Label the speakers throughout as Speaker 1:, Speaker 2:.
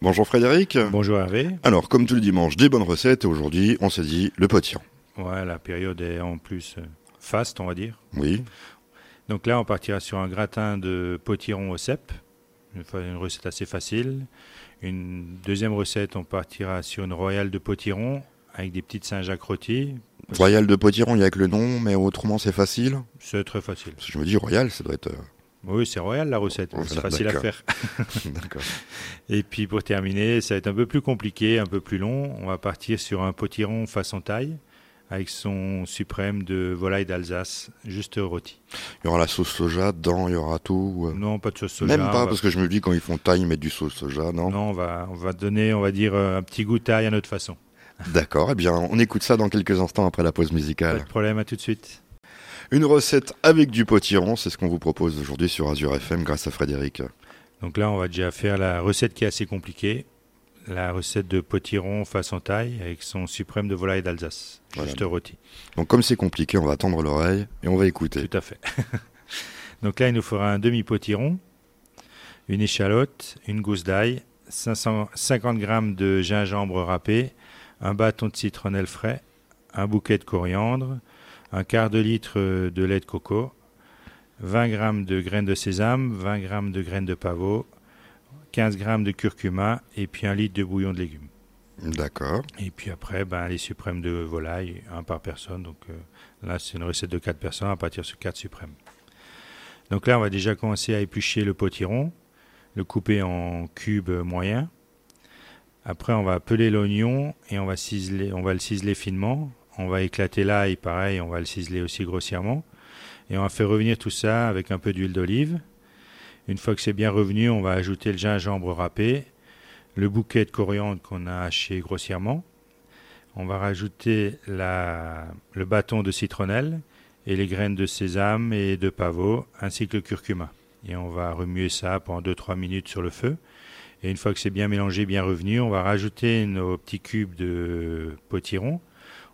Speaker 1: Bonjour Frédéric.
Speaker 2: Bonjour Hervé.
Speaker 1: Alors, comme tous les dimanches, des bonnes recettes. Et aujourd'hui, on s'est dit le potiron.
Speaker 2: Ouais, la période est en plus euh, faste, on va dire.
Speaker 1: Oui.
Speaker 2: Donc là, on partira sur un gratin de potiron au cèpe. Une fa- une recette assez facile. Une deuxième recette, on partira sur une royale de potiron avec des petites Saint-Jacques rôties.
Speaker 1: Royal de potiron, il y a que le nom, mais autrement, c'est facile.
Speaker 2: C'est très facile.
Speaker 1: Parce que je me dis, Royal, ça doit être. euh,
Speaker 2: Oui, c'est royal la recette.
Speaker 1: Voilà,
Speaker 2: c'est facile à
Speaker 1: d'accord.
Speaker 2: faire.
Speaker 1: D'accord.
Speaker 2: Et puis pour terminer, ça va être un peu plus compliqué, un peu plus long. On va partir sur un potiron façon taille avec son suprême de volaille d'Alsace, juste rôti.
Speaker 1: Il y aura la sauce soja dedans, il y aura tout. euh,
Speaker 2: Non, pas de sauce soja.
Speaker 1: Même
Speaker 2: on
Speaker 1: pas,
Speaker 2: va-
Speaker 1: parce que je me dis, quand ils font taille, ils mettent du sauce soja, non,
Speaker 2: Non, on va, on va donner, on va dire, euh, un petit goût taille à notre façon.
Speaker 1: D'accord, eh bien, on écoute ça dans quelques instants après la pause
Speaker 2: Pas
Speaker 1: musicale.
Speaker 2: de problème, à tout de suite.
Speaker 1: Une recette avec du potiron, c'est ce qu'on vous propose aujourd'hui sur Azure FM grâce à Frédéric.
Speaker 2: Donc là, on va déjà faire la recette qui est assez compliquée, la recette de potiron façon taille avec son suprême de volaille d'Alsace,
Speaker 1: Voilà.
Speaker 2: juste rôti.
Speaker 1: Donc, comme c'est compliqué, on va tendre l'oreille et on va écouter.
Speaker 2: Tout à fait. Donc là, il nous faudra un demi-potiron, une échalote, une gousse d'ail, 550 g de gingembre râpé, un bâton de citronnelle frais, un bouquet de coriandre, un quart de litre euh, de lait de coco, 20 g de graines de sésame, 20 g de graines de pavot, 15 g de curcuma et puis un litre de bouillon de légumes.
Speaker 1: D'accord.
Speaker 2: Et puis après, ben, les suprêmes de volaille, un par personne. Donc euh, là, c'est une recette de quatre personnes à partir de quatre suprêmes. Donc là, on va déjà commencer à éplucher le potiron, le couper en cubes moyens. Après, on va peler l'oignon et on va, ciseler, on va le ciseler finement. On va éclater l'ail, pareil, on va le ciseler aussi grossièrement. Et on va faire revenir tout ça avec un peu d'huile d'olive. Une fois que c'est bien revenu, on va ajouter le gingembre râpé, le bouquet de coriandre qu'on a haché grossièrement. On va rajouter la- le bâton de citronnelle et les graines de sésame et de pavot, ainsi que le curcuma. Et on va remuer ça pendant 2-3 minutes sur le feu. Et une fois que c'est bien mélangé, bien revenu, on va rajouter nos petits cubes de potiron.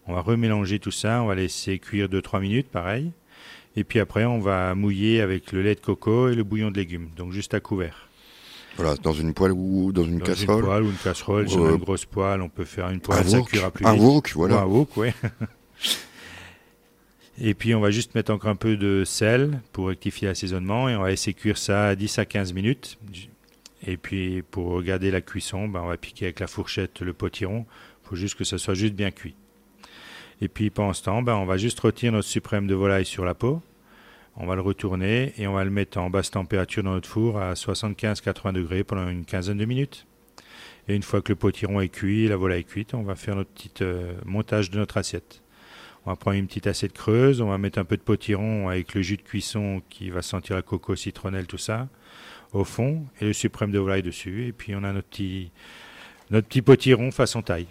Speaker 2: On va remélanger tout ça, on va laisser cuire 2-3 minutes, pareil. Et puis après, on va mouiller avec le lait de coco et le bouillon de légumes, donc juste à couvert.
Speaker 1: Voilà, dans une poêle ou dans une
Speaker 2: Dans
Speaker 1: casserole.
Speaker 2: une poêle ou une casserole, si on a
Speaker 1: Euh,
Speaker 2: une grosse poêle, on peut faire une
Speaker 1: un
Speaker 2: poêle, ça
Speaker 1: wok,
Speaker 2: cuira plus
Speaker 1: un
Speaker 2: vite.
Speaker 1: wok, voilà.
Speaker 2: Ou un wok, ouais. Et puis on va juste mettre encore un peu de sel pour rectifier l'assaisonnement et on va laisser cuire ça 10 à 15 minutes. Et puis pour regarder la cuisson, ben, on va piquer avec la fourchette le potiron. Il faut juste que ça soit juste bien cuit. Et puis pendant ce temps, ben, on va juste retirer notre suprême de volaille sur la peau. On va le retourner et on va le mettre en basse température dans notre four à 75-80 degrés pendant une quinzaine de minutes. Et une fois que le potiron est cuit, la volaille est cuite, on va faire notre petit montage de notre assiette. On va prendre une petite assiette creuse, on va mettre un peu de potiron avec le jus de cuisson qui va sentir la coco, citronnelle, tout ça, au fond, et le suprême de volaille dessus. Et puis on a notre petit, notre petit potiron façon taille.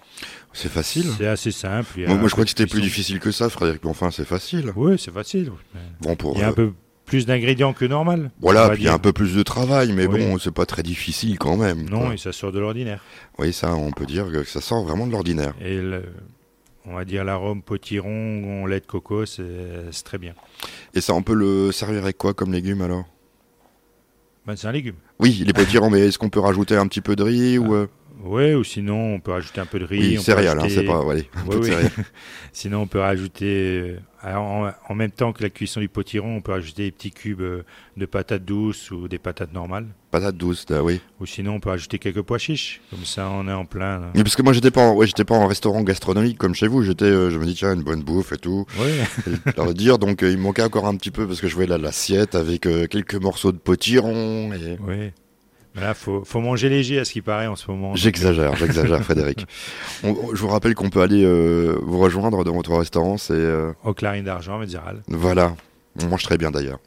Speaker 1: C'est facile.
Speaker 2: C'est euh, assez simple. il y a
Speaker 1: Moi, moi,
Speaker 2: un
Speaker 1: je
Speaker 2: peu
Speaker 1: crois que
Speaker 2: de
Speaker 1: c'était plus
Speaker 2: cuisson.
Speaker 1: difficile que ça, Frédéric. Mais enfin, c'est facile.
Speaker 2: Oui, c'est facile. mais
Speaker 1: Bon, pour
Speaker 2: Il y a un
Speaker 1: euh,
Speaker 2: peu plus d'ingrédients que normal. on
Speaker 1: voilà,
Speaker 2: va
Speaker 1: puis il y a
Speaker 2: dire.
Speaker 1: un peu plus de travail, mais
Speaker 2: Oui.
Speaker 1: bon, c'est pas très difficile quand même.
Speaker 2: Non,
Speaker 1: quoi.
Speaker 2: et ça sort de l'ordinaire.
Speaker 1: Oui, ça, on peut dire que ça sort vraiment de l'ordinaire.
Speaker 2: Et le- on va dire l'arôme potiron, lait de coco, c'est c'est très bien.
Speaker 1: Et ça, on peut le servir avec quoi comme légume alors
Speaker 2: Ben, c'est un légume.
Speaker 1: Oui, les potirons, mais est-ce qu'on peut rajouter un petit peu de riz ou euh,
Speaker 2: Oui, ou sinon on peut rajouter un peu de riz.
Speaker 1: Oui,
Speaker 2: Ah, on peut
Speaker 1: céréales, hein,
Speaker 2: rajouter-
Speaker 1: c'est pas. allez, un
Speaker 2: Oui,
Speaker 1: peu de
Speaker 2: oui.
Speaker 1: céréales.
Speaker 2: Sinon on peut rajouter, euh, alors, en, en même temps que la cuisson du potiron, on peut rajouter des petits cubes euh, de patates douces ou des patates normales.
Speaker 1: Patates douces, là, oui.
Speaker 2: Ou sinon on peut rajouter quelques pois chiches. Comme ça on est en plein. hein. là.
Speaker 1: Mais parce que moi, j'étais pas, en, ouais, j'étais pas en restaurant gastronomique comme chez vous. J'étais, euh, je me dis tiens, une bonne bouffe et tout.
Speaker 2: Ouais.
Speaker 1: Et leur dire donc, euh, il me manquait encore un petit peu parce que je voyais là l'assiette avec euh, quelques morceaux de potiron et.
Speaker 2: Oui. Mais là, faut, faut manger léger à ce qui paraît en ce moment.
Speaker 1: J'exagère, j'exagère, Frédéric. On- on- je vous rappelle qu'on peut aller euh, vous rejoindre dans votre restaurant, c'est euh,
Speaker 2: Au clarine d'argent, médiéral.
Speaker 1: voilà. On mange très bien d'ailleurs.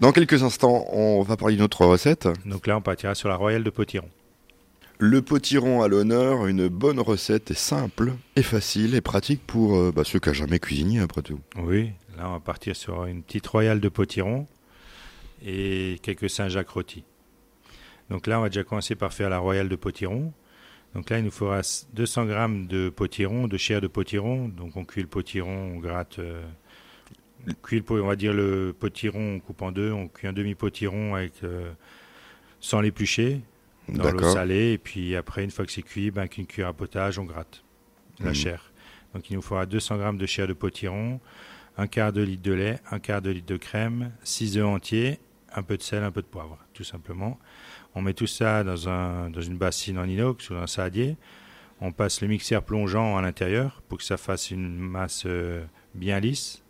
Speaker 1: Dans quelques instants, on va parler d'une autre recette.
Speaker 2: Donc là, on partira sur la royale de potiron.
Speaker 1: Le potiron à l'honneur, une bonne recette est simple et facile et pratique pour euh, bah, ceux qui n'ont jamais cuisiné après tout.
Speaker 2: Oui. Là, on va partir sur une petite royale de potiron et quelques Saint-Jacques rôtis. Donc là, on va déjà commencer par faire la royale de potiron. Donc là, il nous faudra 200 grammes de potiron, de chair de potiron. Donc on cuit le potiron, on gratte. euh, on cuit le po- on va dire le potiron, on coupe en deux. On cuit un demi-potiron avec, euh, sans l'éplucher. dans l'eau
Speaker 1: D'accord.
Speaker 2: salée. Et puis après, une fois que c'est cuit, ben, avec une cuillère à potage, on gratte la
Speaker 1: Mhm.
Speaker 2: chair. Donc il nous faudra 200 grammes de chair de potiron, un quart de litre de lait, un quart de litre de crème, 6 œufs entiers, un peu de sel, un peu de poivre, tout simplement. On met tout ça dans, un, dans une bassine en inox ou dans un saladier. On passe le mixeur plongeant à l'intérieur pour que ça fasse une masse euh, bien lisse.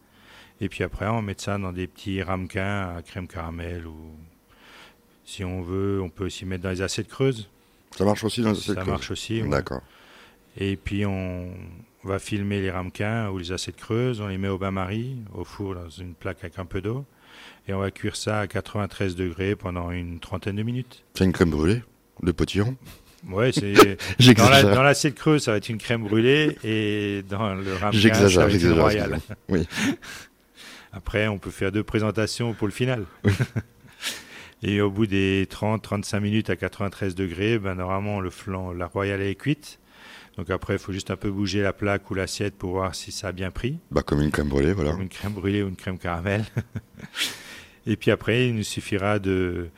Speaker 2: Et puis après, on met ça dans des petits ramequins à crème caramel ou si on veut, on peut aussi mettre dans les assiettes creuses.
Speaker 1: Ça marche aussi dans cette
Speaker 2: Ça
Speaker 1: cause.
Speaker 2: marche aussi. ouais.
Speaker 1: D'accord.
Speaker 2: Et puis on va filmer les ramequins ou les assiettes creuses, on les met au bain-marie, au four dans une plaque avec un peu d'eau, et on va cuire ça à 93 degrés pendant une trentaine de minutes.
Speaker 1: C'est une crème brûlée de potiron
Speaker 2: Ouais, c'est dans la-
Speaker 1: J'exagère.
Speaker 2: dans l'assiette creuse, ça va être une crème brûlée, et dans le ramequin, ça
Speaker 1: J'exagère,
Speaker 2: va être une
Speaker 1: j'exagère.
Speaker 2: royale.
Speaker 1: excusez-moi. Oui.
Speaker 2: Après, on peut faire deux présentations pour le final. Et au bout des 30-35 minutes à 93 degrés, ben, normalement, le flan, la royale est cuite. Donc après, il faut juste un peu bouger la plaque ou l'assiette pour voir si ça a bien pris,
Speaker 1: Bah, comme une crème brûlée, voilà.
Speaker 2: comme une crème brûlée ou une crème caramel. Et puis après, il nous suffira de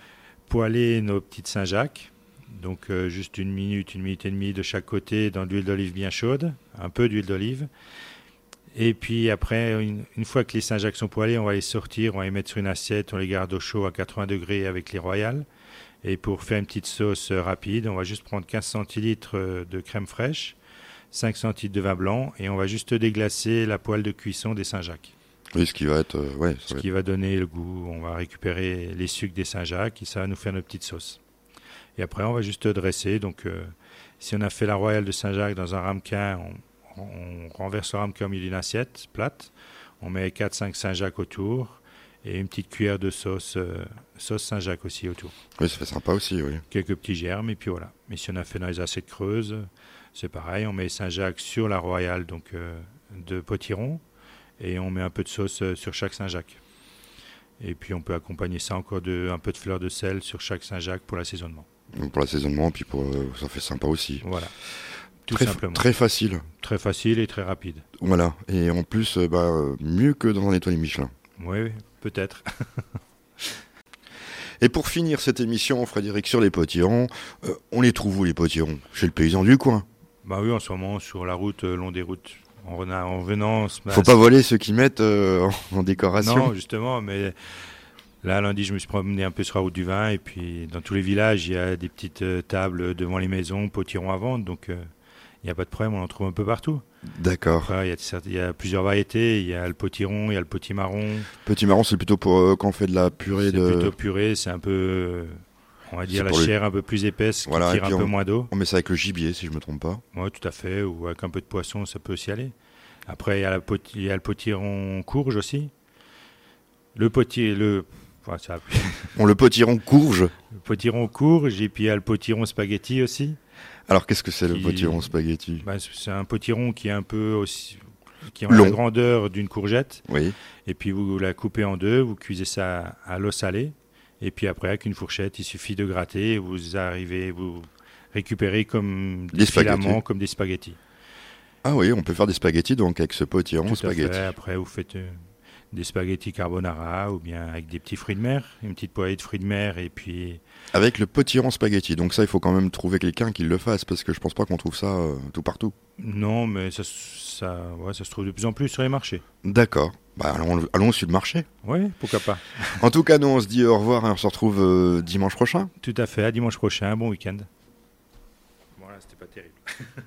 Speaker 2: poêler nos petites Saint-Jacques. Donc euh, juste une minute, une minute et demie de chaque côté dans de l'huile d'olive bien chaude, un peu d'huile d'olive. Et puis après, une, une fois que les Saint-Jacques sont poêlés, on va les sortir, on va les mettre sur une assiette, on les garde au chaud à 80 degrés avec les royales. Et pour faire une petite sauce euh, rapide, on va juste prendre 15 centilitres euh, de crème fraîche, 5 centilitres de vin blanc, et on va juste déglacer la poêle de cuisson des Saint-Jacques.
Speaker 1: Oui, ce qui va être. euh, ouais, ça
Speaker 2: Ce
Speaker 1: va être-
Speaker 2: qui va donner le goût, on va récupérer les sucres des Saint-Jacques et ça va nous faire nos petites sauces. Et après, on va juste dresser. Donc, euh, si on a fait la royale de Saint-Jacques dans un ramequin, on, on renverse le ramequin au milieu d'une assiette plate. On met 4-5 Saint-Jacques autour et une petite cuillère de sauce, euh, sauce Saint-Jacques aussi autour.
Speaker 1: Oui, ça fait sympa aussi, oui.
Speaker 2: Quelques petits germes et puis voilà. Mais si on a fait dans les assiettes creuses, c'est pareil. On met Saint-Jacques sur la royale donc euh, de potiron et on met un peu de sauce euh, sur chaque Saint-Jacques. Et puis on peut accompagner ça encore de un peu de fleur de sel sur chaque Saint-Jacques pour l'assaisonnement.
Speaker 1: Donc, Pour l'assaisonnement, puis pour, euh, ça fait sympa aussi.
Speaker 2: Voilà. Tout
Speaker 1: très, fa-
Speaker 2: simplement. Très...
Speaker 1: très facile.
Speaker 2: facile et très rapide.
Speaker 1: Voilà. Et en plus, euh, bah, euh, mieux que dans un étoilé Michelin.
Speaker 2: Oui, oui, peut-être.
Speaker 1: Et pour finir cette émission, Frédéric, sur les potirons, euh, on les trouve où les potirons Chez le paysan du coin.
Speaker 2: bah oui, en ce moment sur la route, euh, long des routes, en, rena- en venant. ce-
Speaker 1: Faut pas voler ceux qui mettent euh, en décoration.
Speaker 2: Bah, Non, justement, mais là, lundi, je me suis promené un peu sur la route du vin. Et puis, dans tous les villages, il y a des petites euh, tables devant les maisons, potirons à vendre. Donc, euh, il n'y a pas de problème, on en trouve un peu partout.
Speaker 1: D'accord.
Speaker 2: Après, il y a, de certes- il y a plusieurs variétés. Il y a le potiron, il y a le potimarron.
Speaker 1: Petit marron, c'est plutôt pour euh, quand on fait de la purée
Speaker 2: C'est
Speaker 1: de.
Speaker 2: plutôt purée, c'est un peu, euh, on va dire,
Speaker 1: C'est
Speaker 2: la
Speaker 1: pour le-
Speaker 2: chair un peu plus épaisse qui
Speaker 1: Voilà, et
Speaker 2: tire un
Speaker 1: puis
Speaker 2: peu
Speaker 1: on-
Speaker 2: moins d'eau.
Speaker 1: On met ça avec le gibier, si je me trompe pas.
Speaker 2: Oui, tout à fait. Ou avec un peu de poisson, ça peut aussi aller. Après, il y a, la pot- il y a le potiron courge aussi. Le potiron... Le... enfin, ça-
Speaker 1: On le potiron courge.
Speaker 2: Le potiron courge et puis il y a le potiron spaghetti aussi.
Speaker 1: Alors qu'est-ce que c'est le
Speaker 2: Qui-
Speaker 1: potiron spaghetti
Speaker 2: Ben, c'est un potiron qui est un peu aussi qui a
Speaker 1: Long.
Speaker 2: la grandeur d'une courgette
Speaker 1: Oui.
Speaker 2: et puis vous la coupez en deux, vous cuisez ça à l'eau salée et puis après avec une fourchette, il suffit de gratter et vous arrivez vous récupérez comme
Speaker 1: Des
Speaker 2: des,
Speaker 1: spaghettis.
Speaker 2: filaments comme des spaghettis.
Speaker 1: Ah oui, on peut faire des spaghettis donc avec ce potiron
Speaker 2: Tout à
Speaker 1: spaghetti.
Speaker 2: fait. Après vous faites euh, des spaghettis carbonara ou bien avec des petits fruits de mer, une petite poêlée de fruits de mer et puis
Speaker 1: Avec le potiron spaghetti. Donc ça, il faut quand même trouver quelqu'un qui le fasse parce que je pense pas qu'on trouve ça euh, tout partout.
Speaker 2: non mais ça ça, ouais, ça se trouve de plus en plus sur les marchés.
Speaker 1: D'accord. Bah, allons, allons sur le marché.
Speaker 2: Oui, pourquoi pas.
Speaker 1: En tout cas, nous, on se dit au revoir et on se retrouve euh, dimanche prochain.
Speaker 2: Tout à fait, à dimanche prochain, bon week-end. Voilà, c'était pas terrible.